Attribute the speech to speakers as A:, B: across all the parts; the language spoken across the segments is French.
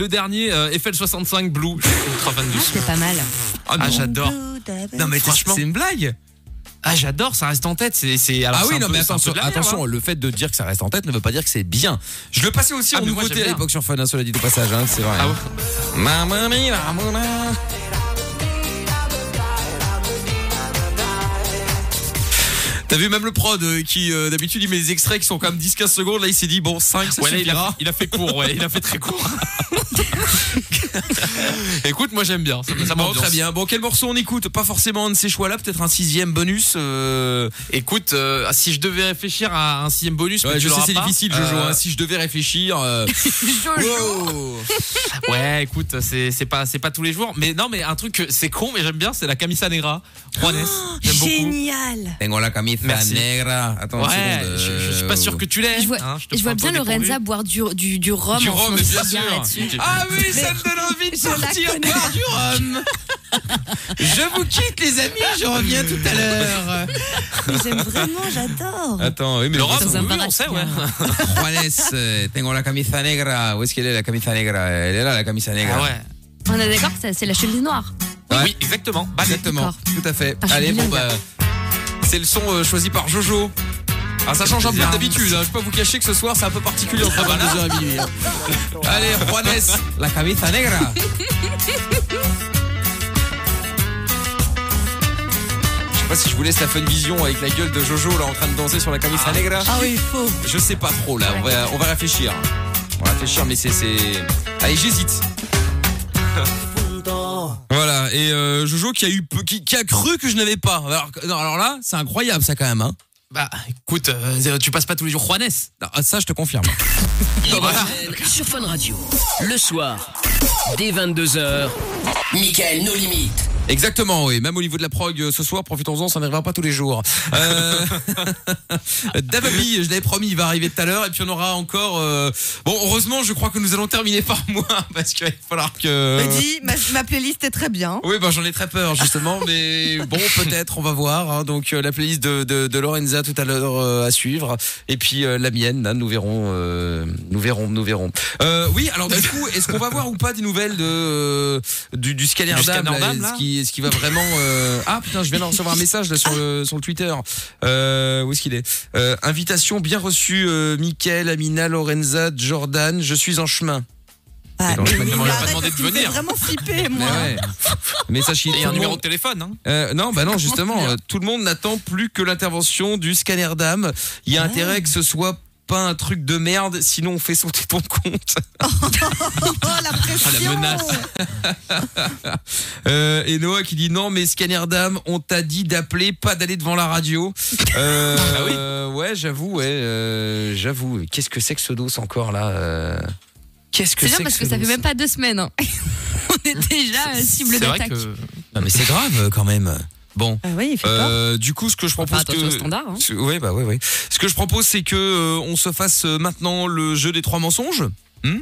A: Le dernier, euh, FL65 Blue. Je suis ultra fan du son.
B: C'est pas mal.
A: Ah,
C: non.
A: j'adore.
C: Non
A: Franchement.
C: mais franchement, c'est une blague.
A: Ah, j'adore, ça reste en tête. C'est, c'est, alors,
C: ah
A: c'est
C: oui,
A: un
C: non
A: peu-
C: mais
A: c'est un peu
C: attention,
A: de la merde,
C: attention,
A: hein.
C: le fait de dire que ça reste en tête ne veut pas dire que c'est bien. Je le passais aussi
A: Ah,
C: en
A: mais moi,
C: nouveauté
A: j'aime
C: à
A: bien.
C: l'époque sur Fun Asso, l'a dit de passage, hein, c'est vrai.
A: Ah
C: hein.
A: ouais.
C: Mamma mia, mamma mia. T'as vu même le prod euh, qui euh, d'habitude il met des extraits qui sont quand même 10-15 secondes là il s'est dit bon 5 ça
A: Ouais, là, il,
C: suffira
A: a, il a fait court, ouais, il a fait très court. Écoute, moi j'aime bien. Ça, ça
C: Bon,
A: m'ambiance.
C: très bien. Bon, quel morceau on écoute Pas forcément un de ces choix-là, peut-être un sixième bonus. euh,
A: Écoute, euh, si je devais réfléchir à un sixième bonus, mais
C: ouais,
A: tu
C: je sais,
A: l'auras
C: c'est
A: pas,
C: difficile, Jojo.
A: euh,
C: hein, si je devais réfléchir. euh, wow.
A: euh, Ouais, écoute, c'est c'est pas c'est pas tous les jours, mais non, mais un truc que- c'est con, mais j'aime bien, c'est la camisa negra, Juanes. j'aime beaucoup.
B: Génial.
C: Tengo la camisa
A: Merci.
C: negra. Attends,
A: Ouais,
C: une seconde,
A: je, je- je suis
C: euh,
A: pas sûr que tu l'aies.
B: Je vois,
A: hein, te
B: je vois
A: prends
B: bien
A: un peu au dépourvu.
B: Lorenza boire du, du, du rhum.
C: Du
B: en
C: rhum,
B: fonction
C: bien
B: de
C: sûr.
B: là-dessus.
C: Ah oui, ça me donne envie de
B: je la
C: sortir
B: connais.
C: boire du rhum. Je vous quitte, les amis. Je reviens tout à l'heure.
B: Mais j'aime vraiment, j'adore.
C: Attends, oui, mais
A: Le rhum,
B: Dans un
A: oui,
B: bar
A: on sait,
B: à
A: ouais.
B: Pierre.
C: Juanes, euh, tengo la camisa negra. Où est-ce qu'elle est la camisa negra Elle est là, la camisa negra.
A: Ah ouais.
B: On est d'accord que ça, c'est la chemise noire.
C: Ouais.
A: Oui, exactement. Bah,
C: Exactement,
B: D'accord.
C: tout à fait.
B: Ah, je suis
C: Allez, bon, bah,
B: bilingue.
C: c'est le son euh, choisi par Jojo. Ah, ça change un peu
A: Plaisir.
C: d'habitude, hein. je peux vous cacher que ce soir c'est un peu particulier entre 22h et minuit. hein. Allez, Juanes, la camisa negra. Je sais pas si je vous laisse la fun vision avec la gueule de Jojo là en train de danser sur la camisa negra.
B: Ah oui, il faut.
C: Je sais pas trop là, on va, on va réfléchir. On va réfléchir, mais c'est. c'est- Allez, j'hésite. voilà, et euh, Jojo qui a, eu, peu- qui, qui a cru que je n'avais pas. Alors, que- non, alors là, c'est incroyable ça quand même. Hein.
A: Bah, écoute, euh, tu passes pas tous les jours Juanes.
C: Non, ah, ça, je te confirme.
D: Sur Fun Radio. Le soir, dès 22h, Michael No limites.
C: Exactement, oui. Même au niveau de la prog euh, ce soir, profitons-en, ça n'arrivera pas tous les jours. Euh... Dababy, je l'avais promis, il va arriver tout à l'heure. Et puis on aura encore. euh, Bon, heureusement, je crois que nous allons terminer par moi parce qu'il va falloir que.
E: Me dit, ma, ma playlist est très bien.
C: Oui, ben j'en ai très peur justement, mais bon, peut-être, on va voir. hein. Donc euh, la playlist de, de, de Lorenza tout à l'heure euh, à suivre, et puis euh, la mienne, hein, nous verrons, euh, nous verrons, nous verrons. Euh, oui, alors du coup, est-ce qu'on va voir ou pas des nouvelles de euh, du, du scanner
A: Du
C: d'âme
A: scanner
C: là,
A: d'âme, là
C: Est-ce qui, est-ce qui va vraiment euh, Ah putain, je viens de recevoir un message là sur le sur le Twitter. Euh, où est-ce qu'il est, Euh, Invitation bien reçue, euh, Mickaël, Amina, Lorenza, Jordan. Je suis en chemin.
E: Ah,
C: donc, je me
E: mais
C: demande-
E: il
C: on lui a pas
E: arrête
A: demandé de
E: parce qu'il me fait
A: venir.
E: vraiment flipper,
C: Mais
E: moi.
C: ouais. Mais sachez
A: Et
C: tout
A: un
C: le
A: numéro
C: monde-
A: de téléphone, hein.
C: euh, non, bah non, justement, euh, tout le monde n'attend plus que l'intervention du scanner d'âme. Il y a intérêt que ce soit pas un truc de merde, sinon on fait sauter ton compte.
E: Oh, la pression.
A: menace.
C: Euh, et Noah qui dit non, mais scanner d'âme, on t'a dit d'appeler, pas d'aller devant la radio. Euh, euh, ouais, j'avoue, ouais, euh, j'avoue. Qu'est-ce que c'est que ce dos encore là euh, Qu'est-ce que
B: C'est
C: c'est
B: bien
C: que
B: parce
C: ce
B: que ça
C: dos
B: fait même pas deux semaines. hein. On est déjà euh, cible
A: C'est vrai
B: d'attaque.
A: que-
C: Non, mais c'est grave quand même. Bon.
E: Ah oui, il fait peur.
C: Euh, du coup, ce que je
B: Enfin,
C: propose
B: attention
C: que
B: au standard. hein.
C: Ce- Oui, bah oui, oui. Ce que je propose, c'est que euh, on se fasse euh, maintenant le jeu des trois mensonges. Hmm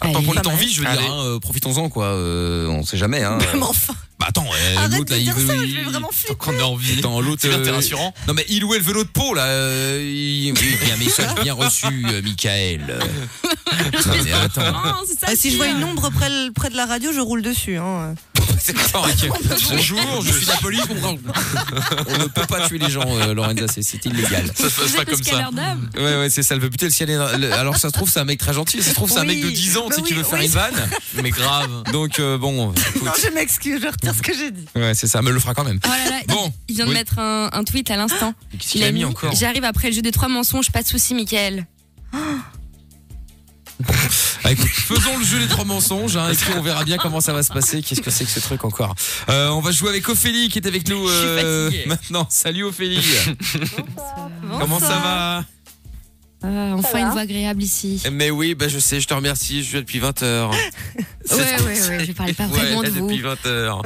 C: Ah, Tant
B: Allez.
C: qu'on est en vie, je veux dire,
A: Allez.
C: hein, euh, profitons-en, quoi. euh, on sait jamais, hein.
E: Mais enfin,
C: Bah attends, euh,
E: arrête
C: l'autre,
E: de
C: là, il
E: dire
C: veut.
E: ça,
C: il-
E: je vais vraiment flipper.
A: Tant qu'on a envie.
C: Attends, l'autre.
A: C'est bien, t'es
C: euh,
A: rassurant.
C: Non, mais il ou elle veut l'autre peau, là. euh, il... oui, il y a un message bien reçu, euh, Michael. Euh, non, mais attends.
B: Oh, c'est ça,
E: Ah, si
B: le
E: je vois
B: pire.
E: une ombre près, le- près de la radio, je roule dessus. Hein.
C: Attends, Bonjour, je suis la police. On on ne peut pas tuer les gens, euh, Lorenza, c'est- c'est illégal.
A: Ça se passe
B: Vous
A: pas
B: êtes le
A: comme ça.
B: scanner d'âme.
C: Ouais, ouais, c'est ça, elle veut buter le ciel. est- le- Alors, ça se trouve, c'est un mec très gentil. Ça se trouve, c'est un mec de
E: Oui.
C: 10 ans, tu sais,
E: Bah
C: qui
E: oui,
C: veut faire
E: oui.
C: une vanne.
A: Mais grave.
C: Donc, euh, bon, écoute.
E: Non, je m'excuse, je retire ce que j'ai dit.
C: Ouais, c'est ça, mais elle le fera quand même.
B: Oh là là, il-
C: Bon.
B: il vient de
C: Oui.
B: mettre un, un tweet à l'instant.
C: Qu'est-ce qu'il a mis encore
B: J'arrive après le jeu des trois mensonges, pas de soucis, Michael.
C: Ah, écoute, Faisons le jeu des trois mensonges, hein, et puis on verra bien comment ça va se passer. Qu'est-ce que c'est que ce truc encore Euh, On va jouer avec Ophélie qui est avec nous euh, maintenant. Salut Ophélie. comment ça va
B: Ah, enfin une voix agréable ici.
C: Mais oui, bah, je sais, je te remercie. Je suis là depuis 20 heures.
B: Ouais, ouais, ouais, je parlais pas vraiment
C: là,
B: de vous.
C: depuis 20 heures.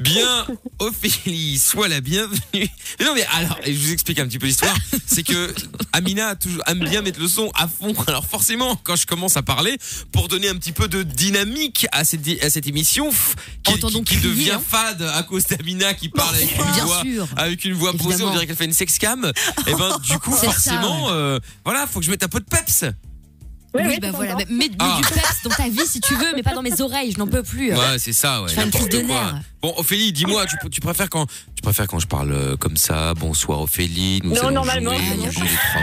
C: Bien, Ophélie, sois la bienvenue. Mais non, mais alors, je vous explique un petit peu l'histoire. C'est que Amina a toujours, aime bien mettre le son à fond. Alors, forcément, quand je commence à parler, pour donner un petit peu de dynamique à cette, à cette émission, pff, qui,
B: Entendons
C: qui- qui
B: crier,
C: devient
B: hein. Bah,
C: fade à cause d'Amina qui parle avec une
B: Bien
C: voix.
B: sûr.
C: Avec une voix posée, on
B: Évidemment.
C: dirait qu'elle fait une sexcam. Et ben, du coup,
B: C'est ça,
C: forcément, euh, voilà, faut que je mette un peu de peps.
F: Oui,
B: oui,
F: oui,
B: bah
F: c'est
B: voilà.
F: sympa.
B: Mais, mets- mets
C: Ah.
B: du peps dans ta vie si tu veux, mais pas dans mes oreilles, je n'en peux plus.
C: Ouais, c'est ça, ouais.
B: Je fais une
C: n'importe
B: prise de
C: quoi.
B: nerfs.
C: Bon, Ophélie, dis-moi, tu, tu préfères quand tu préfères quand je parle euh, comme ça Bonsoir, Ophélie. Nous
F: Non,
C: allons
F: normalement,
C: jouer
B: c'est
C: au
B: bon.
C: jeu des trois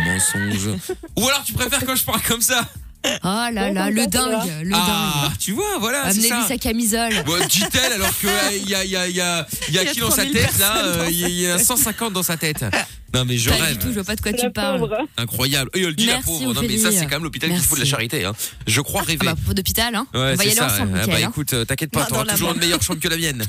C: mensonges. Ou alors tu préfères quand je parle comme ça
B: Oh là là, le dingue, le
C: Ah,
B: dingue.
C: tu vois, voilà, c'est
B: Amenez-lui
C: ça.
B: sa camisole.
C: Bon, dit-elle alors que euh, il y a il y a il y a il y a
E: Il y a
C: qui dans sa
E: 3000
C: tête là euh, Il y a- il y a 150 dans sa tête. Non mais je
B: Pas du tout,
C: rêve.
B: je vois pas de quoi
F: La
B: tu parles.
F: pauvre.
C: Incroyable. Et elle dit la
B: Merci,
C: pauvre. Non mais
B: Ophélie.
C: ça c'est quand même l'hôpital qui
B: Merci.
C: fout de la charité. Hein. Je crois
B: Ah
C: rêver.
B: bah, pour d'hôpital, hein. On va y
C: c'est
B: aller
C: ça,
B: ensemble,
C: ouais. Ah
B: Mickaël,
C: bah
B: hein.
C: écoute, euh, t'inquiète pas,
E: Non,
C: t'auras
E: dans la
C: toujours
E: banque.
C: une meilleure chambre que la mienne.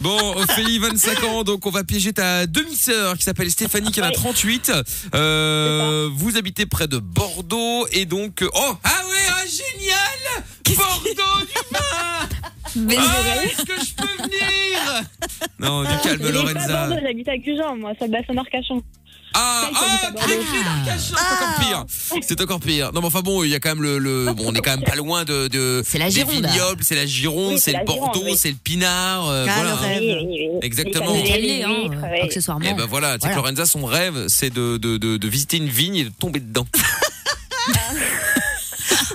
C: Bon, Ophélie, 25 ans, donc on va piéger ta demi-sœur qui s'appelle Stéphanie, qui en a 38. Euh, vous habitez près de Bordeaux et donc... euh, Oh Ah ouais, ah, génial Bordeaux du Bain
B: Mais-
C: Ah, Est-ce que je peux venir Non, du calme,
F: Mais pas à
C: Lorenza.
F: Bordeaux, j'habite à Gujan, moi, sur le bassin d'Arcachon.
C: Ah,
F: Quel
C: ah,
F: comme
C: bien écrit dans le cachet, c'est encore pire. C'est encore pire. Non, mais enfin bon, il y a quand même le, le- bon, on est quand même pas loin de, de
B: C'est la
C: des
B: Gironde.
C: vignobles, c'est la Gironde,
F: Oui,
C: c'est
F: c'est
C: le
F: la
C: Bordeaux,
F: Gironde, oui.
C: c'est le Pinard, euh,
E: Ah,
C: voilà.
E: le
F: Oui,
E: rêve.
F: oui, oui, oui.
C: Exactement.
F: Les
B: Quel
F: cannelés,
B: lait, hein,
F: les huîtres,
B: euh,
F: oui.
B: accessoirement.
C: Et ben voilà, tu sais que
B: Voilà.
C: Lorenza, son rêve, c'est de, de, de, de visiter une vigne et de tomber dedans.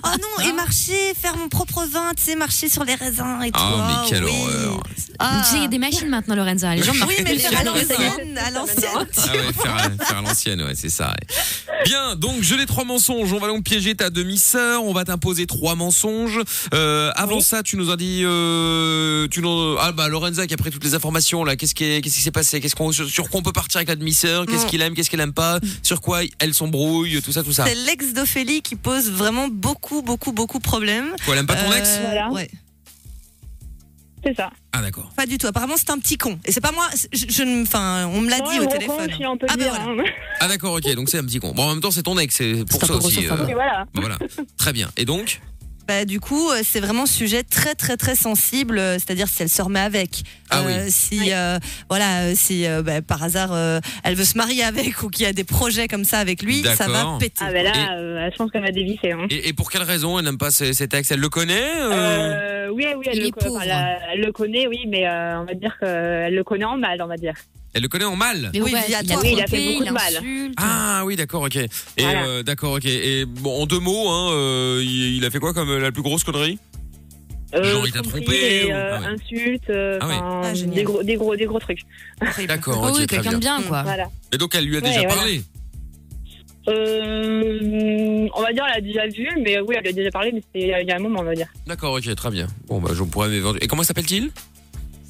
E: Oh non, et marcher, faire mon propre vin, tu sais, marcher sur les raisins et tout.
C: Ah, mais quelle
E: oui.
C: horreur.
E: Ah.
B: Tu sais, il y a des machines maintenant, Lorenza. Les gens
E: Oui,
B: marquent
E: mais
B: dessus.
E: faire à
F: Lorenza.
E: l'ancienne, à l'ancienne.
C: Ah ouais, faire, à- faire à l'ancienne, ouais, c'est ça. ouais. Bien, donc je les trois mensonges. On va donc piéger ta demi-sœur. On va t'imposer trois mensonges. Euh, avant ça, tu nous as dit, euh, tu nous, ah bah Lorenza qui a pris toutes les informations là. Qu'est-ce qui, est- qu'est-ce qui s'est passé Qu'est-ce qu'on, sur, sur quoi on peut partir avec la demi-sœur Qu'est-ce
E: Non.
C: qu'il aime Qu'est-ce qu'elle aime pas Sur quoi elle s'embrouille Tout ça, tout ça.
E: C'est l'ex d'Ophélie qui pose vraiment beaucoup, beaucoup, beaucoup de problèmes.
C: Quoi, elle aime pas ton
E: Euh,
C: ex
F: Voilà.
E: ouais.
F: C'est ça.
C: Ah d'accord.
E: Pas du tout. Apparemment, c'est un petit con. Et c'est pas moi. c'est- Je, je ne- enfin, on me l'a
F: Ouais,
E: dit au
F: gros
E: téléphone.
F: con, si on peut
E: Ah,
F: le
E: bah
F: dire,
E: voilà.
F: hein.
C: Ah d'accord, ok. Donc c'est un petit con. Bon, en même temps, c'est ton ex. C'est pour
B: C'est un
C: ça
B: peu
C: aussi.
B: grossophobe.
C: euh,
F: hein. Et voilà.
C: bon, voilà. Très bien. Et donc
E: Bah, du coup, euh, c'est vraiment sujet très, très, très sensible. euh, C'est-à-dire si elle se remet avec.
C: Ah
E: Si, euh, voilà, euh, si euh, bah, par hasard euh, elle veut se marier avec ou qu'il y a des projets comme ça avec lui, ça
C: D'accord.
E: va péter.
F: Ah, bah là, euh, je pense qu'on va dévisser. Hein.
C: et, et pour quelle raison elle n'aime pas ces- cet ex Elle le connaît euh
F: Euh, oui, oui,
B: Il
F: elle le,
B: est
F: co-
B: pauvre.
F: enfin, la- elle le connaît, oui, mais euh, on va dire qu'elle le connaît en mal, on va dire.
C: Elle le connaît en mal.
B: Mais
E: Oui,
B: ouais,
E: il y a
B: il a
E: toi. Oui,
F: il a fait
B: trompé,
F: beaucoup de mal.
B: insulte.
C: Ah oui, d'accord, ok. Et
F: Voilà.
C: euh, d'accord, ok. Et bon, en deux mots, hein, euh, il, il a fait quoi comme euh, la plus grosse connerie Genre, il t'a
F: tromperie,
C: trompé,
F: Euh, des,
C: ou-
F: euh,
C: Ah ouais.
F: Insultes, euh,
C: Ah ouais.
F: enfin,
E: Ah, génial.
F: des, gros, des, gros, des gros trucs.
E: Horrible.
C: D'accord,
B: Oh
C: ok,
B: oui,
C: très
B: quelqu'un
C: bien.
B: de bien, quoi.
F: Voilà.
C: Et donc elle lui a
F: Ouais,
C: déjà
F: voilà.
C: parlé.
F: Euh, on va dire, elle a déjà vu, mais oui, elle lui a déjà parlé, mais c'était euh, il y a un moment, on va dire.
E: Ah,
C: D'accord, ok, très bien. Bon, bah je pourrais m'éventuer. Et comment s'appelle-t-il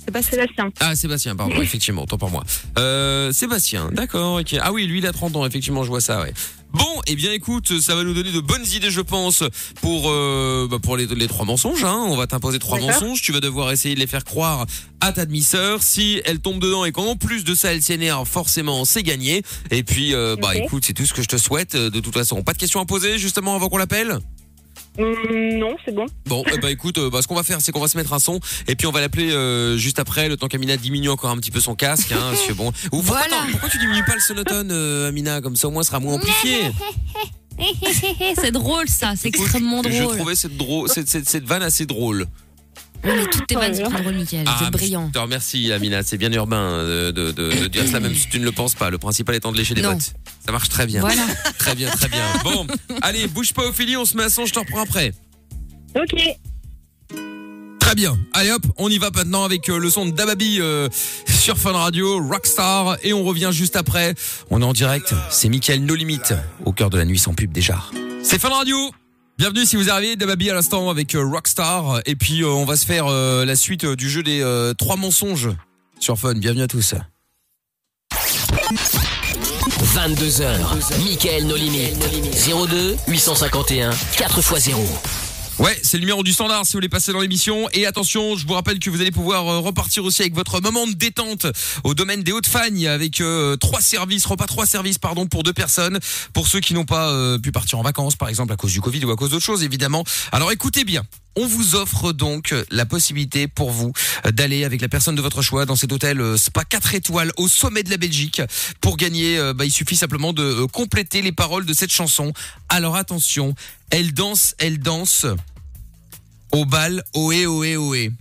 E: C'est pas ça.
F: Sébastien.
C: Ah, Sébastien, pardon, effectivement, tant pour moi. Euh, Sébastien, d'accord, ok. Ah oui, lui, il a 30 ans, effectivement, je vois ça, ouais. Bon, eh bien, écoute, ça va nous donner de bonnes idées, je pense, pour euh, bah, pour les, les trois mensonges. Hein. On va t'imposer trois
F: D'accord.
C: mensonges. Tu vas devoir essayer de les faire croire à ta demi-sœur. Si elle tombe dedans et qu'en plus de ça, elle s'énerve, forcément, c'est gagné. Et puis, euh, bah,
F: Ok.
C: écoute, c'est tout ce que je te souhaite. euh, De toute façon, pas de questions à poser, justement, avant qu'on l'appelle.
F: Hum, non, c'est bon.
C: Bon, eh ben, écoute, euh, bah, ce qu'on va faire, c'est qu'on va se mettre un son et puis on va l'appeler euh, juste après, le temps qu'Amina diminue encore un petit peu son casque. Hein, parce que bon. Ou pourquoi,
B: Voilà.
C: t'en- pourquoi tu diminues pas le sonotone, euh, Amina Comme ça, au moins, ce sera moins amplifié.
B: c'est drôle, ça. C'est extrêmement
C: Je
B: drôle.
C: trouvais cette, drôle, cette, cette, cette vanne assez drôle. Ah,
B: Oui, mais toutes tes vannes sont très drôles, Mickaël. Vous êtes
C: mais Je
B: brillant.
C: te remercie, Amina. C'est bien urbain euh, de, de- de dire ça, même si tu ne le penses pas. Le principal étant de lécher des
B: Non.
C: bottes. Ça marche très bien.
B: Voilà.
C: Très bien, très bien. Bon, allez, bouge pas, Ophélie, on se met à son, je te reprends après.
F: Ok.
C: Très bien. Allez hop, on y va maintenant avec euh, le son de Dababi euh, sur Fun Radio, Rockstar, et on revient juste après. On est en direct, c'est Mickaël No Limites, au cœur de la nuit sans pub déjà. C'est Fun Radio Bienvenue si vous arrivez, Dababi à l'instant avec euh, Rockstar, et puis euh, on va se faire euh, la suite euh, du jeu des euh, trois mensonges sur Fun. Bienvenue à tous.
D: 22h, Mickaël No Limit. 02 851 4x0.
C: Ouais, c'est le numéro du standard si vous voulez passer dans l'émission. Et attention, je vous rappelle que vous allez pouvoir euh, repartir aussi avec votre moment de détente au domaine des Hauts-de-Fagne avec euh, trois services, repas trois services pardon pour deux personnes, pour ceux qui n'ont pas euh, pu partir en vacances par exemple à cause du Covid ou à cause d'autre chose évidemment. Alors écoutez bien. On vous offre donc la possibilité pour vous d'aller avec la personne de votre choix dans cet hôtel euh, spa 4 étoiles au sommet de la Belgique. Pour gagner, euh, bah, il suffit simplement de euh, compléter les paroles de cette chanson. Alors attention, elle danse, elle danse. Au bal, ohé, ohé, ohé.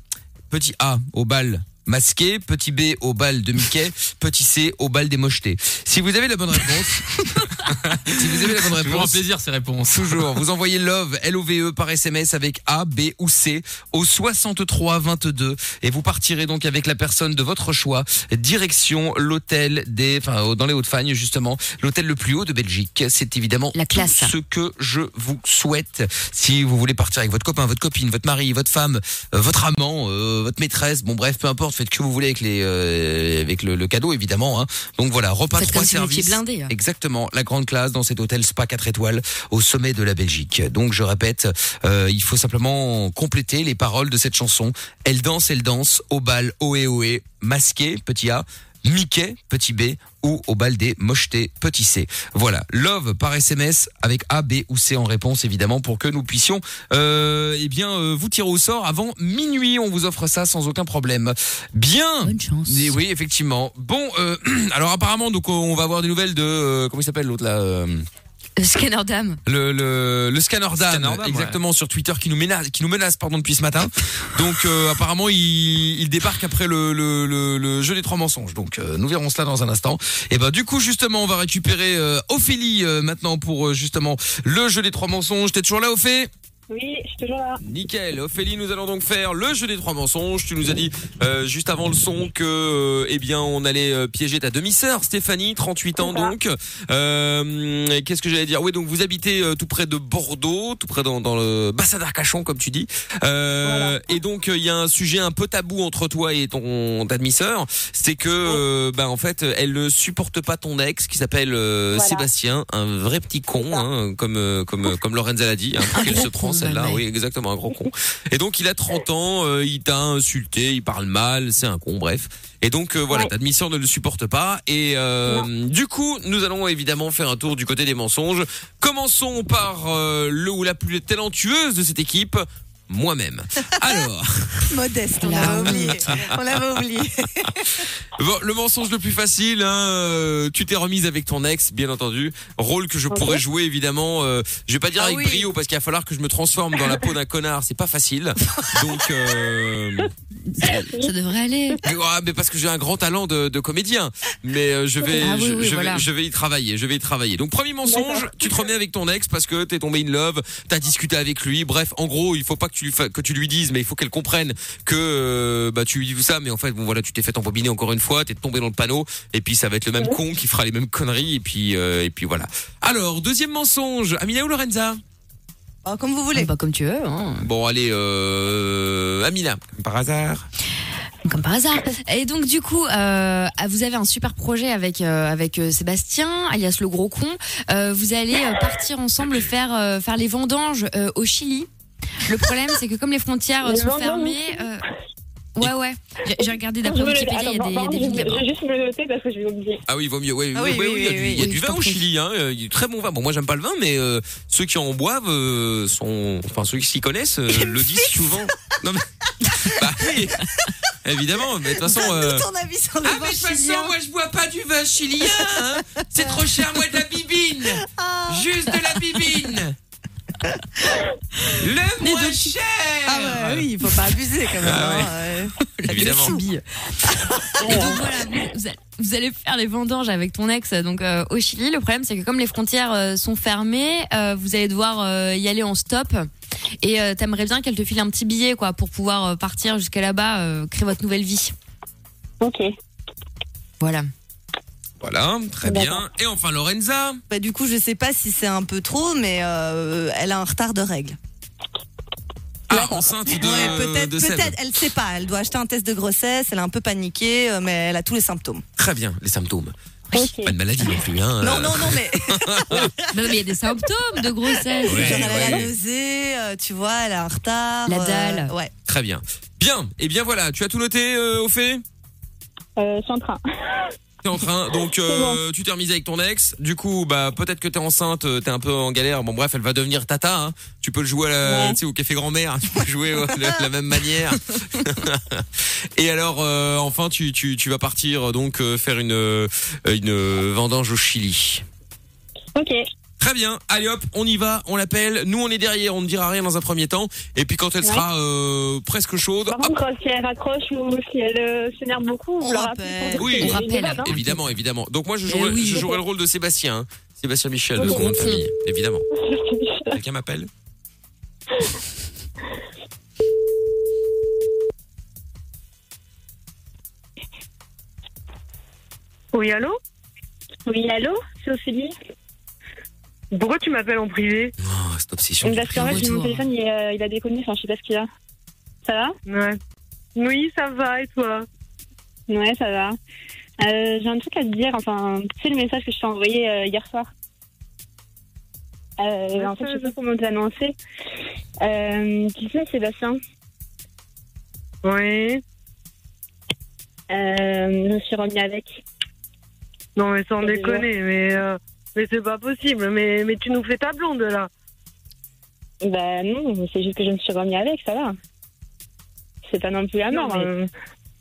C: Petit A, au bal. masqué, petit B au bal de Mickey, petit C au bal des mochetés. Si vous avez la bonne réponse, si vous avez la bonne
A: Toujours un
C: réponse,
A: plaisir ces réponses.
C: toujours, vous envoyez love, L-O-V-E E, par SMS avec A, B ou C au 63 22 et vous partirez donc avec la personne de votre choix direction l'hôtel des, enfin, au- dans les Hauts-de-Fagne justement, l'hôtel le plus haut de Belgique. C'est évidemment
B: La
C: tout
B: classe.
C: ce que je vous souhaite. Si vous voulez partir avec votre copain, votre copine, votre mari, votre femme, euh, votre amant, euh, votre maîtresse, bon bref, peu importe, faites que vous voulez avec les, euh, avec le, le cadeau évidemment. hein. Donc voilà, repas
B: Faites
C: trois
B: comme si vous étiez
C: services.
B: blindé, hein.
C: Exactement, la grande classe dans cet hôtel spa 4 étoiles au sommet de la Belgique. Donc je répète, euh, il faut simplement compléter les paroles de cette chanson. Elle danse, elle danse au bal ohé ohé, masqué petit A, Mickey petit B ou au bal des mochetés petit C. Voilà, love par SMS avec A, B ou C en réponse évidemment pour que nous puissions euh, eh bien euh, vous tirer au sort avant minuit. On vous offre ça sans aucun problème. Bien.
B: Bonne chance.
C: Et oui, effectivement. Bon, euh, alors apparemment, donc on va avoir des nouvelles de euh, comment il s'appelle l'autre là, euh,
B: Euh, Scanner Dame.
C: le le, le scanner Dan,
A: Scanner Dan, ouais.
C: exactement sur Twitter qui nous menace, qui nous menace pardon depuis ce matin. Donc euh, apparemment, il, il débarque après le, le, le, le jeu des trois mensonges. Donc euh, nous verrons cela dans un instant. Et ben du coup justement, on va récupérer euh, Ophélie euh, maintenant pour euh, justement le jeu des trois mensonges. T'es toujours là, Ophé
F: Oui, je suis toujours là.
C: Nickel, Ophélie, nous allons donc faire le jeu des trois mensonges. Tu nous as dit euh, juste avant le son que, euh, eh bien, on allait euh, piéger ta demi-sœur, Stéphanie, 38 ans
F: C'est ça.
C: donc. Euh, et Qu'est-ce que j'allais dire Oui, donc vous habitez euh, tout près de Bordeaux, tout près dans, dans le bassin d'Arcachon, comme tu dis. Euh, Et donc euh, il y a un sujet un peu tabou entre toi et ton ta demi-sœur, c'est que, euh, bah, en fait, elle ne supporte pas ton ex qui s'appelle euh,
F: Voilà.
C: Sébastien, un vrai petit con, hein, comme euh, comme euh, comme Lorenza l'a dit. hein,
B: Un
C: qu'elle
B: gros
C: se prend
B: con,
C: celle-là
B: même,
C: Oui, exactement, un gros con. Et donc il a 30 ans, euh, il t'a insulté, il parle mal, c'est un con, bref. Et donc euh, voilà,
F: Ouais.
C: ta demi-sœur ne le supporte pas. Et euh, du coup, nous allons évidemment faire un tour du côté des mensonges. Commençons par euh, le ou la plus talentueuse de cette équipe, moi-même. Alors,
E: Modeste, on
B: Là,
E: l'avait
B: oui.
E: oublié. On l'avait oublié.
C: bon, le mensonge le plus facile, hein, euh, tu t'es remise avec ton ex, bien entendu. Rôle que je
F: Ok.
C: pourrais jouer évidemment. euh, je vais pas dire
E: Ah
C: avec
E: oui.
C: brio parce qu'il va falloir que je me transforme dans la peau d'un connard, c'est pas facile. Donc. euh,
B: Ça devrait aller.
C: Mais, ouais, mais parce que j'ai un grand talent de, de comédien. Mais euh, je vais,
B: Ah oui,
C: je,
B: oui,
C: je
B: voilà.
C: vais, je vais y travailler. Je vais y travailler. Donc premier mensonge, tu te remets avec ton ex parce que t'es tombé in love, t'as discuté avec lui. Bref, en gros, il faut pas que tu lui fa- que tu lui dises, mais il faut qu'elle comprenne que euh, bah tu lui dis ça. Mais en fait, bon voilà, tu t'es fait embobiner encore une fois, t'es tombé dans le panneau. Et puis ça va être le même con qui fera les mêmes conneries. Et puis euh, et puis voilà. Alors deuxième mensonge, Amina ou Lorenza
E: Oh, comme vous
B: Ah,
E: voulez.
B: bah, comme tu veux. hein.
C: Bon allez, euh, Amina. Par hasard.
B: Comme par hasard. Et donc du coup, euh, ah, vous avez un super projet avec euh, avec euh, Sébastien, alias le gros con. Euh, vous allez euh, partir ensemble faire euh, faire les vendanges euh, au Chili. Le problème, c'est que comme les frontières euh,
F: Les
B: sont
F: vendanges au
B: fermées. euh, Ouais ouais. J'ai- J'ai regardé
F: Ah, Je
B: d'après
F: me le-
B: Wikipédia, il y a
F: Attends,
B: des, il y a
F: pardon,
B: des
F: je-
B: vignes là-bas.
F: Je vais juste me le noter parce que je vais oublier.
C: Ah oui, vaut mieux. Oui,
E: Ah
C: oui,
E: oui,
C: oui,
E: oui,
C: il y a
E: oui,
C: du,
E: oui.
C: il y a
B: Oui,
C: du
B: je
C: vin
B: t'en
C: au
B: prie.
C: Chili. Hein. euh, Il y a du très bon vin. Bon, moi, j'aime pas le vin, mais euh, ceux qui en boivent euh, sont, enfin, ceux qui s'y connaissent euh, le disent souvent. Non, mais... bah oui, évidemment. Mais de toute façon. euh,
E: Donne tout ton avis sur le
C: Ah
E: vin
C: mais de toute
E: chilien.
C: façon, moi je bois pas du vin chilien. hein. C'est trop cher, moi de la bibine.
E: Ah,
C: Juste de la bibine. Le moins cher.
E: Ah ouais, oui, il faut pas abuser quand même.
C: Ah ouais.
E: hein, euh.
C: Évidemment.
B: Et donc voilà, vous- vous, allez- vous allez faire les vendanges avec ton ex donc euh, au Chili. Le problème, c'est que comme les frontières euh, sont fermées, euh, vous allez devoir euh, y aller en stop. Et euh, t'aimerais bien qu'elle te file un petit billet quoi pour pouvoir euh, partir jusqu'à là-bas, euh, créer votre nouvelle vie.
F: Ok.
B: Voilà.
C: Voilà, très bien. Et enfin Lorenza.
E: Bah, du coup, je sais pas si c'est un peu trop, mais euh, elle a un retard de règles.
C: Ah, enceinte de,
E: Ouais, peut-être,
C: de Seb.
E: peut-être, elle sait pas. Elle doit acheter un test de grossesse. Elle est un peu paniquée, euh, mais elle a tous les symptômes.
C: Très bien, les symptômes.
F: Ok.
C: Pas de maladie non plus, hein.
E: Non, non, non, mais
B: Non, mais il y a des symptômes de grossesse.
C: Ouais,
E: genre, elle a la
C: ouais.
E: nausée, euh, tu vois, elle a un retard.
B: La
E: euh,
B: dalle.
E: ouais.
C: Très bien. Bien, et bien voilà, tu as tout noté, euh, au fait
F: Euh, je suis en train.
C: T'es en train, donc euh, tu t'es remise avec ton ex. Du coup, bah peut-être que t'es enceinte, euh, t'es un peu en galère. Bon bref, elle va devenir tata. hein. Tu peux le jouer à la-
F: Ouais.
C: tu sais, au café grand-mère. Tu peux jouer euh, de la même manière. et alors, euh, enfin, tu, tu, tu vas partir euh, donc euh, faire une euh, une euh, vendange au Chili.
F: Ok.
C: Très bien. Allez hop, on y va, on l'appelle. Nous, on est derrière, on ne dira rien dans un premier temps. Et puis quand elle sera euh, presque chaude,
F: Par contre, si elle raccroche ou si elle euh, s'énerve beaucoup,
E: On
F: vous la
E: rappelle.
F: rappelez pour
C: Oui.
F: dire
C: On
F: qu'elle est
B: rappelle.
F: malade, hein.
C: évidemment, évidemment. Donc moi, je jouerai,
B: Eh oui.
C: je jouerai le rôle de Sébastien, hein. Sébastien Michel de son nom de famille, évidemment. Quelqu'un m'appelle
G: Oui, allô
F: hein. Oui, allô, c'est Ophélie.
G: Pourquoi tu m'appelles en privé
C: Oh, cette obsession.
F: Parce qu'en fait, mon
B: retour.
F: téléphone, il, euh, il a déconné, enfin, je sais pas ce qu'il a. Ça va
G: Ouais. Oui, ça va, et toi
F: Ouais, ça va. Euh, J'ai un truc à te dire, enfin, tu sais le message que je t'ai envoyé euh, hier soir euh, En fait, je sais pas comment te l'annoncer. Euh, tu sais, Sébastien,
G: Oui.
F: euh, je me suis remis avec.
G: Non, mais sans
F: Salut.
G: déconner, mais, euh, mais c'est pas possible. Mais, mais tu nous fais ta blonde, là.
F: Bah non, c'est juste que je me suis remis avec, ça va. C'est pas Ah non plus la mort. mais-
G: euh,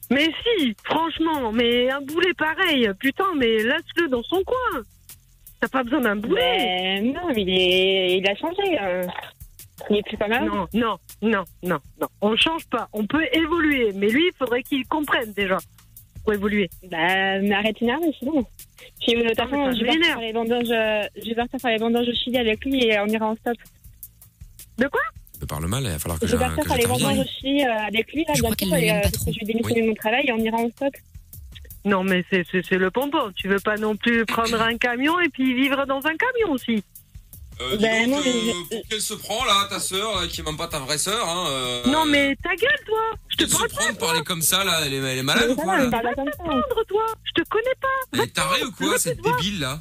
G: mais si, franchement, mais un boulet pareil. Putain, mais laisse-le dans son coin. T'as pas besoin d'un boulet.
F: Ouais, non, mais il, est, il a changé. euh. Il est plus pas mal.
G: Non, non, non, non, non. On change pas. On peut évoluer. Mais lui, il faudrait qu'il comprenne déjà. Pour évoluer.
F: Bah, mais arrête d'énerver, sinon. Puis, euh, de toute
G: Non, Ah, mais
F: façon,
G: ça
F: je vais partir
G: m'énerve.
F: faire les bandages, euh, je vais partir faire les bandages au Chili avec lui et on ira en stop.
C: Je parle mal, il va falloir que
F: Je
B: Ah,
F: vais
C: j'in-
F: partir
C: que
F: faire les bandages
C: j'intervienne.
F: au Chili euh, avec lui, là,
B: Je crois
F: bientôt,
B: qu'elle ne
F: et,
B: l'aime
F: euh,
B: pas
F: parce
B: trop.
F: que je vais démissionner de mon travail et on ira en stop.
G: Non, mais c'est- c'est c'est le pompon. Tu veux pas non plus prendre un camion et puis vivre dans un camion aussi.
C: Euh, dis
F: Ben,
C: donc,
F: non,
C: euh,
F: mais-
C: pour qu'elle se prend là, ta sœur, euh, qui est même pas ta vraie sœur. Hein, euh,
G: Non, mais ta gueule, toi Je
C: qu'elle
G: te parle
C: se prend de parler comme ça là, elle est, elle est
G: Ah,
C: malade ou
F: Mais ça
C: quoi
F: va,
C: là
F: on parle comme ça. hein.
G: pas prendre, toi Je te connais pas
C: Elle est tarée ou quoi
G: L'autre,
C: cette
G: tu vois.
C: débile là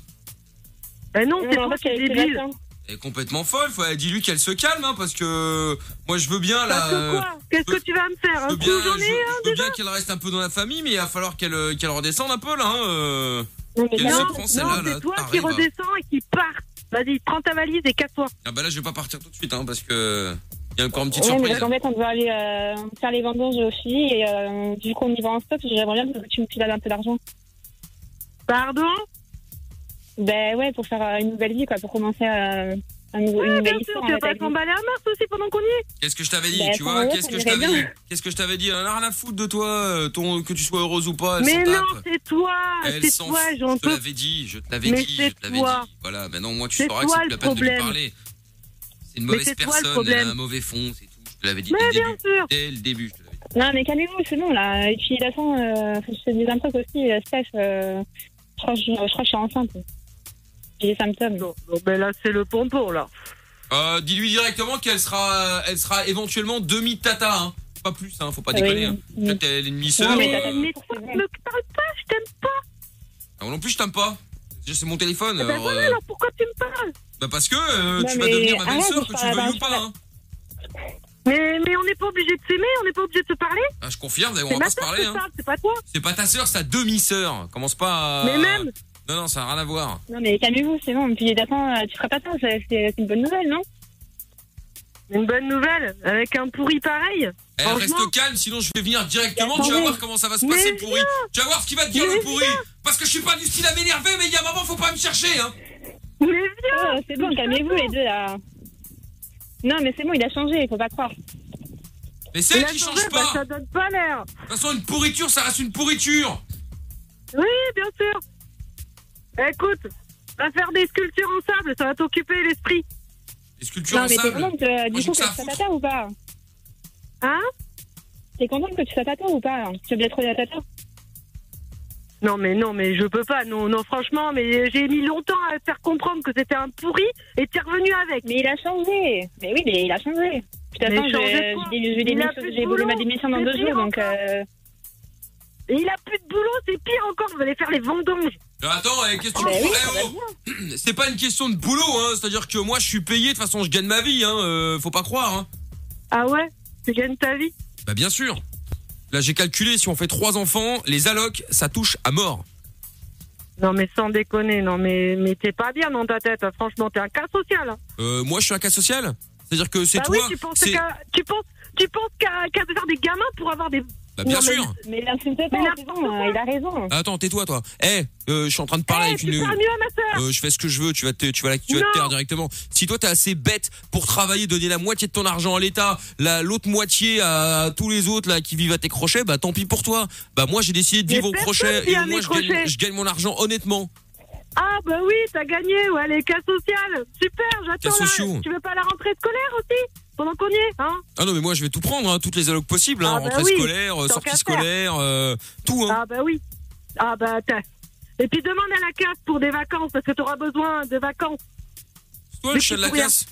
G: Ben non,
F: Non,
G: c'est
F: mais en
G: toi
F: fait,
G: qui es
F: avec
G: débile
F: Sébastien.
C: Elle est complètement folle. Faut, dis-lui qu'elle se calme, hein, parce que moi je veux bien là.
G: Parce que
C: euh,
G: quoi Qu'est-ce que tu vas me faire hein,
C: je veux
G: Un coup
C: bien, je-
G: j'en ai
C: je veux bien qu'elle reste un peu dans la famille, mais il va falloir qu'elle euh, qu'elle redescende un peu là. Hein, euh.
F: Non, mais
C: Quel
F: ça va.
C: sens
G: Non,
C: prend celle-là,
G: non,
C: là,
G: c'est toi qui
C: t'arrives.
G: redescends et qui part Vas-y, prends ta valise et casse-toi
C: Ah bah là, je vais pas partir tout de suite, hein, parce que il y a encore une petite
F: Ouais, mais
C: surprise.
F: parce qu'en fait, on doit aller euh, faire les vendanges au Chili et euh, vu qu'on y va en stop, j'aimerais bien que tu me files un peu d'argent.
G: Pardon
F: Ben ouais, pour faire euh, une nouvelle vie, quoi, pour commencer euh, un nouveau, une
G: Ouais,
F: nouvelle
G: bien sûr,
F: histoire.
G: tu
F: en
G: vas
F: fait,
G: pas
F: avec lui.
G: t'emballer à Mars aussi pendant qu'on y est
C: Qu'est-ce que je t'avais dit,
F: Bah,
C: tu
F: attends,
C: vois
F: ouais,
C: Qu'est-ce
F: ça
C: que je
F: irait
C: t'avais
F: bien.
C: dit Qu'est-ce que je t'avais dit Elle en a rien à foutre de toi, euh, ton, que tu sois heureuse ou pas, elle
G: Mais
C: s'en
G: non,
C: tape.
G: c'est toi
C: Elle
G: C'est
C: s'en
G: toi,
C: fout,
G: j'en
C: je te
G: peux
C: l'avais dit, je te l'avais
G: Mais
C: dit,
G: c'est
C: je te l'avais
G: toi.
C: dit. Voilà, maintenant moi tu
G: C'est
C: sauras que
G: toi
C: c'est plus la
G: le
C: peine de lui
G: problème.
C: parler. C'est une
G: Mais
C: mauvaise
G: c'est toi le
C: personne, elle a
G: problème.
C: un mauvais fond, c'est tout. Je te l'avais dit
G: Mais
C: dès le
G: bien
C: début.
G: sûr
C: Dès le début, je te l'avais dit.
F: Non, mais calmez-vous, c'est bon, là. Et puis, de toute façon, euh, faut que je te dis un truc aussi, euh, Steph, euh, je, crois que je, je crois que je suis enceinte. J'ai des symptômes.
G: Bon, bon, ben là, c'est le pompon, là
C: Euh, dis-lui directement qu'elle sera, euh, elle sera éventuellement demi-tata, hein. Pas plus, hein, faut pas déconner. Hein.
F: Oui.
C: Peut-être elle est une demi-sœur.
F: Non,
G: Mais,
F: mais t'as-
C: euh,
G: mais pourquoi tu me parles pas Je t'aime pas
C: Ah, non plus, je t'aime pas. Déjà, C'est mon téléphone.
G: Ben
C: alors,
G: voilà,
C: euh,
G: alors pourquoi tu me parles
C: bah parce que euh,
F: Eh Non,
C: tu vas
F: mais
C: devenir ma
F: arrête,
C: belle-sœur,
F: je
C: que tu
F: parle-
C: veuilles
F: je
C: ou pas.
F: parle-
C: Hein.
G: Mais, mais on n'est pas obligé de s'aimer, on n'est pas obligé de se parler.
C: Ah, je confirme, d'ailleurs, on
G: C'est
C: va
G: ma
C: pas se
G: sœur
C: parler.
G: qui
C: Hein.
G: parle, c'est pas toi.
C: C'est pas ta sœur, c'est ta demi-sœur. Commence pas à...
G: Mais même,
C: Non, non, ça n'a rien à voir.
F: Non, mais calmez-vous, c'est bon. Et puis, de toute façon, euh, tu feras pas ça, c'est c'est une bonne nouvelle, non
G: une bonne nouvelle, avec un pourri pareil.
C: Elle
G: Franchement.
C: Eh, reste calme, sinon je vais venir directement. Tu vas
F: Attendez.
C: voir comment ça va se
G: Mais
C: passer, le pourri. Tu vas voir ce qui va te dire,
G: Mais
C: le pourri. Parce que je suis pas du style à m'énerver, mais il y a un moment, faut pas me chercher. Hein.
G: Mais viens
F: Ah, C'est bon, calmez-vous, les deux, là. Non, mais c'est bon, il a changé, il faut pas croire.
C: Mais c'est elle
G: La
C: qui
G: soirée,
C: change
G: bah,
C: pas.
G: ça donne pas l'air.
C: De toute façon, une pourriture, ça reste une pourriture.
G: Oui, bien sûr. Écoute, va faire des sculptures en sable, ça va t'occuper l'esprit.
C: Les sculptures
F: Non,
C: en
F: mais t'es
C: sable.
F: contente, euh,
C: Moi,
F: du
C: j'ai que
F: coup, que
C: ça à
F: tu sois
C: foutre.
F: tata ou pas
G: Hein
F: T'es contente que tu sois tata ou pas Tu veux bien trouver la tata
G: Non, mais non, mais je peux pas. Non, non, franchement, mais j'ai mis longtemps à te faire comprendre que c'était un pourri et t'es revenu avec.
F: Mais il a changé. Mais oui, mais il a changé. De toute
G: Mais
F: façon, je
G: changé
F: vais-
G: quoi
F: je vais- je vais
G: Il a
F: démissionner-
G: plus de
F: j'ai voulu
G: boulot.
F: ma démission dans
G: Mais
F: deux
G: pire
F: jours, donc
G: encore.
F: euh,
G: Et il a plus de boulot, c'est pire encore, vous allez faire les vendanges.
C: Attends, eh, qu'est-ce que tu
F: bah
C: me
F: oui,
C: prends
F: ça
C: Eh,
F: va
C: oh C'est pas une question de boulot, hein. C'est-à-dire que moi, je suis payé. De toute façon, je gagne ma vie, hein. euh, faut pas croire, hein.
G: Ah ouais Tu gagnes ta vie
C: Bah, bien sûr. Là, j'ai calculé, si on fait trois enfants, les allocs, ça touche à mort.
G: Non mais sans déconner, non mais, mais t'es pas bien dans ta tête, hein. franchement t'es un cas social. hein.
C: Euh, moi, je suis un cas social. C'est-à-dire que c'est
G: bah
C: toi.
G: oui, tu penses
C: c'est-
G: qu'à tu penses, tu penses qu'à qu'à faire des gamins pour avoir des
C: Bah, bien
G: Non, mais-
C: sûr.
G: Mais l'insulte pas, il a raison, euh, il a raison.
C: Attends, tais-toi, toi. Eh, euh, je suis en train de parler
G: Eh,
C: avec
G: tu
C: une.
G: parles mieux à ma sœur.
C: Euh, je fais ce que je veux, tu vas te, tu vas, la- tu vas te
G: Non.
C: taire directement. Si toi t'es assez bête pour travailler, donner la moitié de ton argent à l'État, la l'autre moitié à tous les autres là qui vivent à tes crochets, bah tant pis pour toi. Bah moi j'ai décidé de
G: Mais
C: vivre au
G: personne
C: crochet
G: vit
C: et
G: à
C: au moins
G: mes
C: je gagne,
G: crochets.
C: je gagne mon argent honnêtement.
G: Ah bah oui, t'as gagné, ouais, les cas sociales. Super,
C: Cas
G: j'attends
C: sociaux.
G: là. Tu veux pas la rentrée scolaire aussi Pendant qu'on y est, hein
C: Ah non mais moi je vais tout prendre, hein, toutes les allocs possibles, hein,
G: Ah, bah
C: rentrée
G: oui,
C: scolaire, euh,
G: tant
C: sortie
G: qu'à
C: scolaire, euh, tout. Hein.
G: Ah bah oui. Ah bah t'as. Et puis demande à la casse pour des vacances, parce que t'auras besoin de vacances.
C: C'est toi
G: Ah, mais
C: le chien de la
G: c'est pour rien.
C: casse.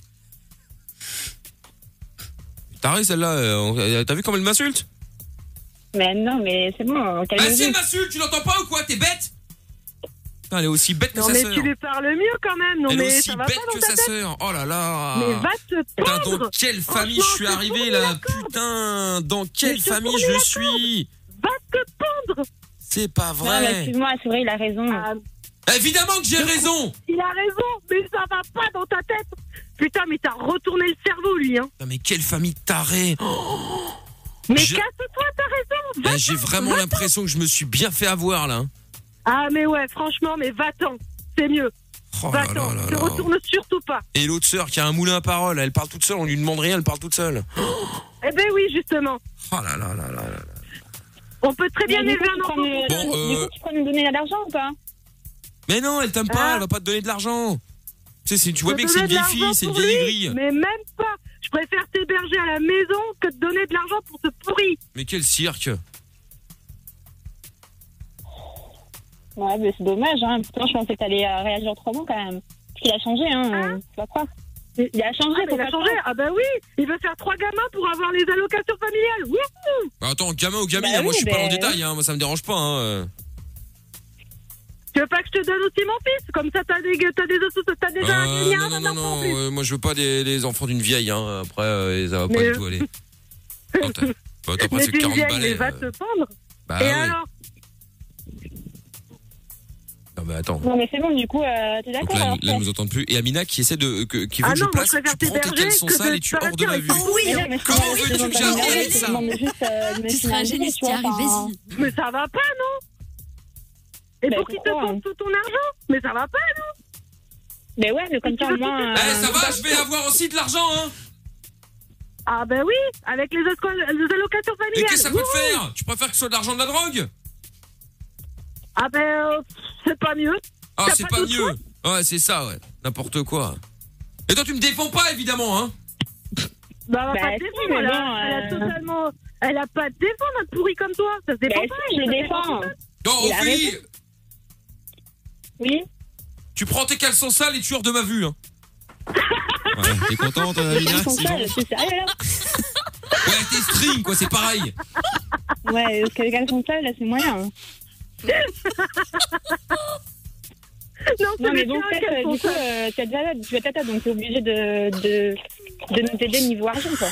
C: T'arrêtes celle-là, euh, on- t'as vu comment elle m'insulte
F: Mais non, mais c'est bon,
G: Eh
C: Ah si elle m'insulte, tu l'entends pas ou quoi T'es bête Putain, Elle est aussi bête que
G: Non
C: sa
G: mais
C: sœur.
G: tu lui parles mieux quand même, non
C: Elle est
G: mais
C: aussi
G: ça va
C: bête
G: pas dans
C: que
G: ta
C: sa
G: tête.
C: sœur. Oh là là.
G: Mais va te
C: Putain,
G: pendre
C: dans quelle famille
G: Franchement,
C: je suis
G: c'est
C: arrivé
G: fourni
C: là Putain, dans quelle
G: te
C: famille
G: fournis
C: je
G: la
C: suis
G: Va te pendre
C: Oh. C'est pas
F: Non, mais
C: vrai.
F: excuse-moi, c'est vrai, il a raison.
G: Ah,
C: Évidemment que j'ai raison.
G: Il a raison, mais ça va pas dans ta tête Putain, mais t'as retourné le cerveau, lui, hein
C: Putain, mais quelle famille de tarés.
G: Mais
C: Je-
G: casse-toi, t'as raison
C: Eh, J'ai vraiment l'impression que je me suis bien fait avoir là.
G: Ah mais ouais, franchement, mais va-t'en C'est mieux,
C: Oh là là
G: va-t'en
C: là
G: Te
C: là.
G: retourne surtout pas
C: Et l'autre sœur qui a un moulin à parole, elle parle toute seule, on lui demande rien, elle parle toute seule.
G: Eh ben oui, justement
C: Oh là là là là là.
G: On peut très bien
F: Mais du,
G: élever
F: coup, tu
G: un
F: crois
G: enfant
F: me...
C: Bon,
F: du
C: euh,
F: coup, tu crois nous donner l'argent ou pas
C: Mais non, elle t'aime
G: Ah.
C: pas, elle va pas te donner de l'argent. Tu sais, c'est- tu vois
G: Te
C: bien que c'est une
G: donner de
C: vieille fille,
G: l'argent
C: c'est une
G: pour
C: vieille
G: lui.
C: aigrie.
G: Mais même pas Je préfère t'héberger à la maison que de donner de l'argent pour te pourrir
C: Mais quel cirque.
F: Ouais, mais c'est dommage, hein. Putain, je pensais que t'allais euh, réagir autrement quand même. Parce qu'il a changé, hein.
G: Hein
F: euh, tu vas croire. Il a changé,
G: Ah, mais
F: faut
G: il a
F: pas
G: changé Ah bah oui Il veut faire trois gamins pour avoir les allocations familiales Oui
C: Bah, Attends, gamin ou gamine,
F: Bah
C: hein, moi
F: oui,
C: je suis pas
F: mais-
C: en détail, hein, moi ça me dérange pas. Hein. euh.
G: Tu veux pas que je te donne aussi mon fils Comme ça, t'as des, t'as des, t'as
C: Euh,
G: déjà un milliard
C: non, non, non,
G: d'enfants en
C: non,
G: plus.
C: euh, moi je veux pas des, des enfants d'une vieille, hein. après euh, ça va pas
G: Mais-
C: du tout aller. Quand t'as- quand t'as
G: Mais
C: presque
G: d'une
C: 40
G: vieille, mais
C: balais.
G: va
C: euh,
G: te pendre.
C: bah
G: Et
C: ouais.
G: alors
C: Non mais attends,
F: Non, mais c'est bon, du coup, euh, t'es
C: donc
F: d'accord
C: là,
F: alors
C: là, ils nous entendent plus. Et Amina qui essaie de. que- qui veut
G: Ah
C: que
G: non,
C: je
G: moi
C: place,
G: je préfère
C: tu prends tes
G: t'héberger
C: caleçons
G: que
C: sales
G: de
C: et tu es hors de ma
G: partir
C: vue.
G: avec ton-
E: Oui,
C: Comment veux-tu que j'arrive avec ça
B: Tu serais un génie si tu arrivais ici.
G: Mais ça va pas, non Et
F: Bah,
G: pour qu'il te
F: pourquoi
G: pende tout ton argent Mais ça va pas
F: Mais ouais, mais comme ça, au moins.
C: Eh,
G: Euh,
C: ça va, je vais avoir aussi de l'argent, hein.
G: Ah ben oui Avec les, alloc- les allocations
C: Et qu'est-ce que ça
G: familiales
C: peut te faire Tu préfères que ce soit de l'argent de la drogue
G: Ah ben, euh, pff, c'est pas mieux
C: Ah,
G: T'as
C: c'est
G: pas
C: pas
G: d'autre
C: mieux. Ouais, c'est ça, ouais. N'importe quoi. Et toi, tu me défends pas, évidemment, hein.
G: Bah, elle va
F: Bah,
G: pas te
F: si,
G: défendre,
F: mais
G: elle,
F: bon,
G: a, elle a
F: euh,
G: totalement... Elle a pas de défendre, notre pourri comme toi Ça se
F: Bah,
G: défend pas
F: si, je le
G: ça se
F: défends.
G: défend pas.
C: Non,
F: Il a
C: Ophélie,
F: Oui.
C: tu prends tes caleçons sales et tu es hors de ma vue, hein. t'es contente,
F: Les gens sont sales, c'est sérieux là
C: Ouais, tes strings, quoi, c'est pareil.
F: Ouais, parce que les gars sont sales, là, c'est moyen.
G: Non,
F: Non,
G: c'est
F: mais
G: mes
F: bon,
G: chiens
F: peut-être,
G: qu'elles
F: euh,
G: sont
F: du coup, euh, t'as déjà, tu as tata, donc t'es obligé de, de, de nous aider niveau argent, quoi.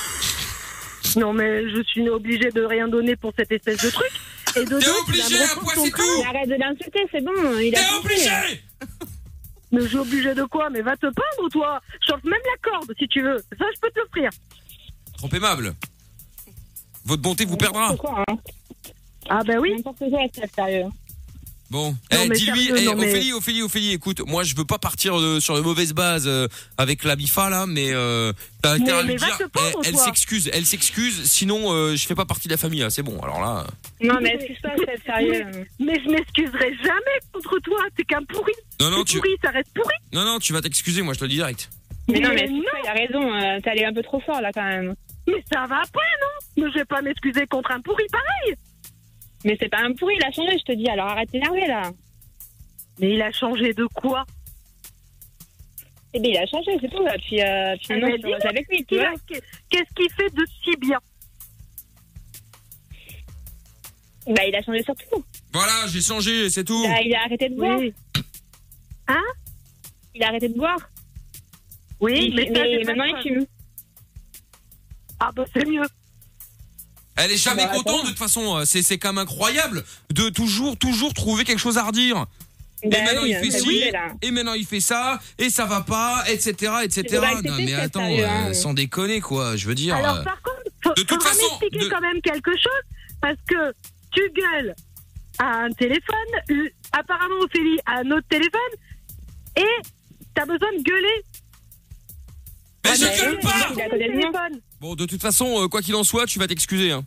G: Non, mais je suis obligée de rien donner pour cette espèce de truc. Et
C: T'es
G: de deux, tu vas
C: obligé, à
G: me reprendre
C: quoi
G: ton
C: c'est
G: crâne.
C: tout
F: Mais arrête de l'insulter, c'est bon, il a
C: T'es obligé
G: Mais je suis obligée de quoi Mais va te peindre, toi Chante même la corde, si tu veux. Ça, je peux te l'offrir.
C: Trop aimable. Votre bonté vous perdra.
F: C'est quoi, hein
G: Ah, ben oui.
F: N'importe quoi, c'est sérieux.
C: Bon,
G: Non,
C: Eh,
G: mais
C: dis-lui,
G: sérieux,
C: eh,
G: non, mais-
C: Ophélie, Ophélie, Ophélie, écoute, moi je veux pas partir euh, sur de mauvaises bases euh, avec la Mifa là, mais euh, t'as intérêt à
G: mais
C: lui
G: va
C: dire,
G: te pendre,
C: eh, elle
G: toi.
C: s'excuse, elle s'excuse, sinon euh, je fais pas partie de la famille, hein, c'est bon, alors là.
F: Non, mais excuse-toi, c'est sérieux.
G: Mais je m'excuserai jamais contre toi. T'es qu'un pourri.
C: Non, non,
G: C'est
C: tu,
G: pourri, ça reste pourri.
C: non, non, tu vas t'excuser, moi je te le dis direct.
F: Mais non, mais
G: Mais non.
F: excuse-toi, il a raison, euh, t'es allé un peu trop fort là quand même.
G: Mais ça va pas, non Mais je vais pas m'excuser contre un pourri, pareil.
F: Mais c'est pas un pourri, il a changé, je te dis, alors arrête d'énerver là.
G: Mais il a changé de quoi
F: Eh bien, il a changé, c'est tout là. Puis, euh, puis
G: Ah,
F: maintenant,
G: mais
F: tu
G: dis-le.
F: restes avec lui, tu
G: Qu'il
F: vois.
G: a- Qu'est-ce qu'il fait de si bien
F: Bah, il a changé surtout.
C: Voilà, j'ai changé, c'est tout.
F: Bah, il a arrêté de boire.
G: Oui,
F: Il a arrêté de boire.
G: oui
F: Il-
G: mais, ça, j'ai pas
F: maintenant,
G: de
F: il
G: preuve.
F: fume.
G: Ah, bah, c'est mieux.
C: Elle est jamais
F: Bah, attends.
C: contente de toute façon, euh, c'est c'est quand même incroyable de toujours toujours trouver quelque chose à redire.
F: Bah,
C: maintenant, il
F: hein,
C: fait
F: ça
C: ci.
F: bougeait, là.
C: Et maintenant il fait ça et ça va pas, etc., etc.
F: Faudrait accepter
C: Non
F: que
C: mais
F: Bah, c'est
C: attends,
F: sérieux,
C: euh,
F: hein.
C: sans déconner quoi, je veux dire.
G: Alors,
C: euh,
G: par contre, faut faut,
C: De toute
G: faudra
C: façon,
G: m'expliquer
C: de-
G: quand même quelque chose parce que tu gueules à un téléphone, l- apparemment Ophélie à un autre téléphone, et t'as besoin de gueuler.
C: Mais je
G: Ouais,
C: gueule
G: mais
C: pas
G: il a connu le téléphone.
C: Bon, de toute façon, euh, quoi qu'il en soit, tu vas t'excuser. Hein.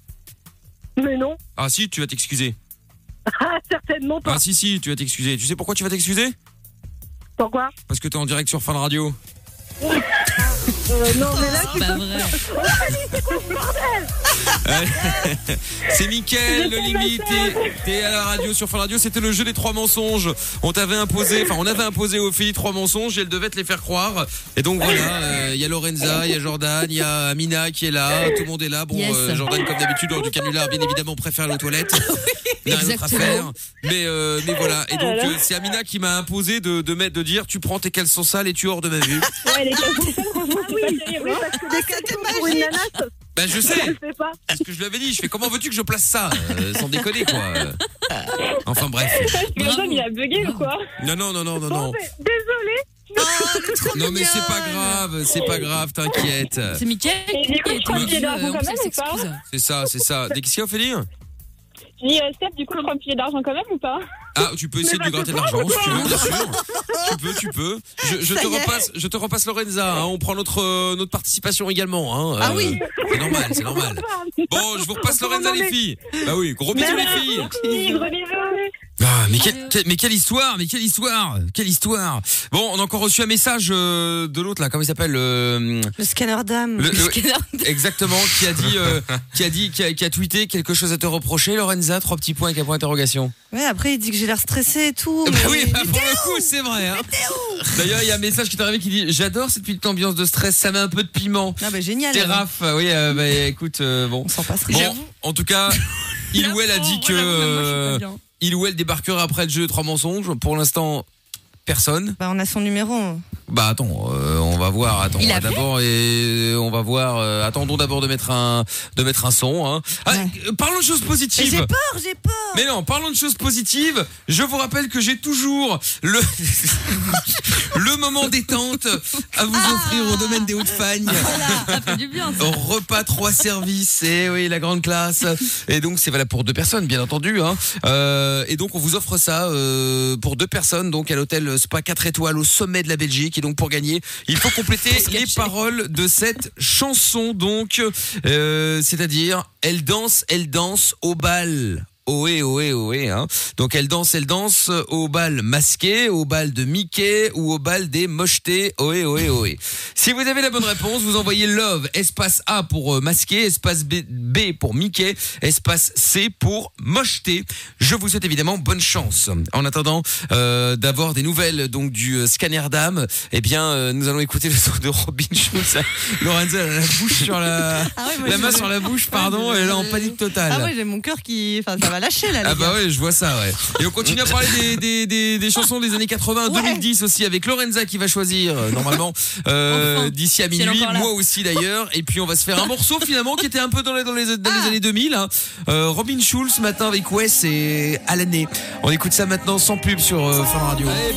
G: Mais non,
C: Ah si, tu vas t'excuser.
G: Ah, certainement pas.
C: Ah si, si, tu vas t'excuser. Tu sais pourquoi tu vas t'excuser
G: Pourquoi
C: Parce que t'es en direct sur Fun Radio.
G: Euh, Non, mais là,
B: C'est pas vrai.
C: Allez. Euh, C'est Mickaël, le
G: Je sais
C: limite. T'es- T'es à la radio sur Fun Radio. C'était le jeu des trois mensonges. On t'avait imposé, enfin, on avait imposé aux filles trois mensonges et elles devaient te les faire croire. Et donc voilà, euh, il y a Lorenza, il y a Jordan, il y a Amina qui est là. Tout le monde est là. Bon,
B: Yes.
C: euh, Jordan, comme d'habitude, lors du canular, bien évidemment, on préfère aller aux toilettes. Il n'y a rien d'autre à
B: exactement.
C: faire. Mais, euh, mais voilà. Et donc, euh, c'est Amina qui m'a imposé de, de, mettre, de dire tu prends tes caleçons sales et tu es hors de ma vue.
G: ouais, les cassons,
F: Ah
G: franchement, c'est pas terrible. hein.
E: Ah,
G: Pour une nana, ça
C: Ben, je sais.
G: le fait pas.
C: C'est ce que je lui avais dit. Je fais comment veux-tu que je place ça Euh, Sans déconner quoi. Euh, Enfin bref.
B: Mais Bravo. Adam, il a
G: bugué
B: ou quoi
C: Non non non non non
G: Bon,
C: non.
G: mais désolé.
E: Oh, ben,
C: Non mais c'est pas grave, c'est pas grave, t'inquiète.
B: C'est Mickaël
F: Et du coup, je crois
B: qui
F: qu'il est
B: dit,
F: dans
B: euh,
F: vous
B: en
F: quand
B: plus,
F: même,
B: elle
F: ou pas
B: s'excuse.
C: C'est ça, c'est ça. Dès qu'est-ce qu'il y a Ophélie
F: Je dis, euh, Steph, du coup, je prends le pied d'argent quand même ou pas
C: Ah, tu peux essayer de lui gratter de l'argent si tu veux, bien sûr. Tu peux, tu peux. Je, je te repasse, je te repasse Lorenza. hein. On prend notre euh, notre participation également. Hein.
E: Ah
C: Euh,
E: oui.
C: C'est normal, c'est normal. Bon, je vous repasse Lorenza les filles. Bah oui, gros bisous les filles.
G: Oui, gros bisous.
C: Ah, mais, quel- quel- mais quelle histoire, mais quelle histoire, quelle histoire. Bon, on a encore reçu un message euh, de l'autre là, comment il s'appelle euh,
E: Le scanner d'âme.
C: le- le-
B: Parce que non,
C: Exactement, qui a dit, euh, qui a dit, qui a, qui a tweeté quelque chose à te reprocher, Lorenza, trois petits points avec un point d'interrogation.
E: Ouais, après, il dit que j'ai l'air stressé et tout.
C: Bah
E: mais-
C: oui, bah, pour le coup, c'est vrai. hein. D'ailleurs, il y a un message qui est arrivé qui dit, j'adore cette petite ambiance de stress, ça met un peu de piment.
E: Ah bah génial.
C: T'es Raph, euh, oui, euh, bah écoute, euh, bon.
E: On s'en passera.
C: Bon, en tout cas, il ou elle a dit
B: Oh,
C: que.
B: voilà, moi, je suis pas
C: euh,
B: bien.
C: il ou elle débarquera après le jeu Trois mensonges. Pour l'instant, personne.
E: Bah on a son numéro.
C: Bah attends, euh, on va voir. Attends,
B: Il
C: on va
B: a fait
C: d'abord et on va voir. euh, attendons d'abord de mettre un de mettre un son. hein. Ah,
E: Ouais.
C: euh, Parlons de choses
E: Mais J'ai
C: positives.
E: peur, j'ai peur.
C: Mais non, parlons de choses positives. Je vous rappelle que j'ai toujours le le moment détente à vous
E: Ah.
C: offrir au domaine des Hauts-de-Fagne.
B: Ça fait du bien. ça.
C: Repas trois services, et oui la grande classe. Et donc c'est valable pour deux personnes, bien entendu. Hein. Euh, et donc on vous offre ça euh, pour deux personnes, donc à l'hôtel Spa 4 étoiles au sommet de la Belgique. Et donc pour gagner, il faut compléter les paroles de cette chanson. Donc, euh, c'est-à-dire, elle danse, elle danse au bal. Ohé, ohé, ohé. Hein. Donc elle danse, elle danse au bal masqué, au bal de Mickey ou au bal des mochetés. Ohé, ohé, ohé. Si vous avez la bonne réponse, vous envoyez Love, espace A pour euh, masqué, espace B, B pour Mickey, espace C pour mocheté. Je vous souhaite évidemment bonne chance. En attendant euh, d'avoir des nouvelles donc du euh, scanner d'âme, eh bien euh, nous allons écouter le son de Robin Schulz. Lorenzo elle a la bouche sur la,
E: Ah ouais, moi,
C: la main
E: je-
C: sur la bouche, pardon,
E: Ouais,
C: elle est
E: je-
C: en panique totale.
E: Ah ouais, j'ai mon cœur qui. Enfin, ça va lâcher là.
C: Ah
E: les
C: bah
E: gars.
C: ouais, je vois ça, ouais. Et on continue à parler des, des, des, des chansons des années 80,
E: Ouais.
C: 2010 aussi, avec Lorenza qui va choisir, euh, normalement, euh,
B: Enfin,
C: d'ici à
B: si elle est
C: minuit,
B: encore là.
C: moi aussi d'ailleurs. Et puis on va se faire un morceau finalement qui était un peu dans les, dans les, dans les
B: Ah.
C: années 2000. hein. Euh, Robin Schulz, ce matin avec Wes et Alané. On écoute ça maintenant sans pub sur euh, Fun Radio. Allez,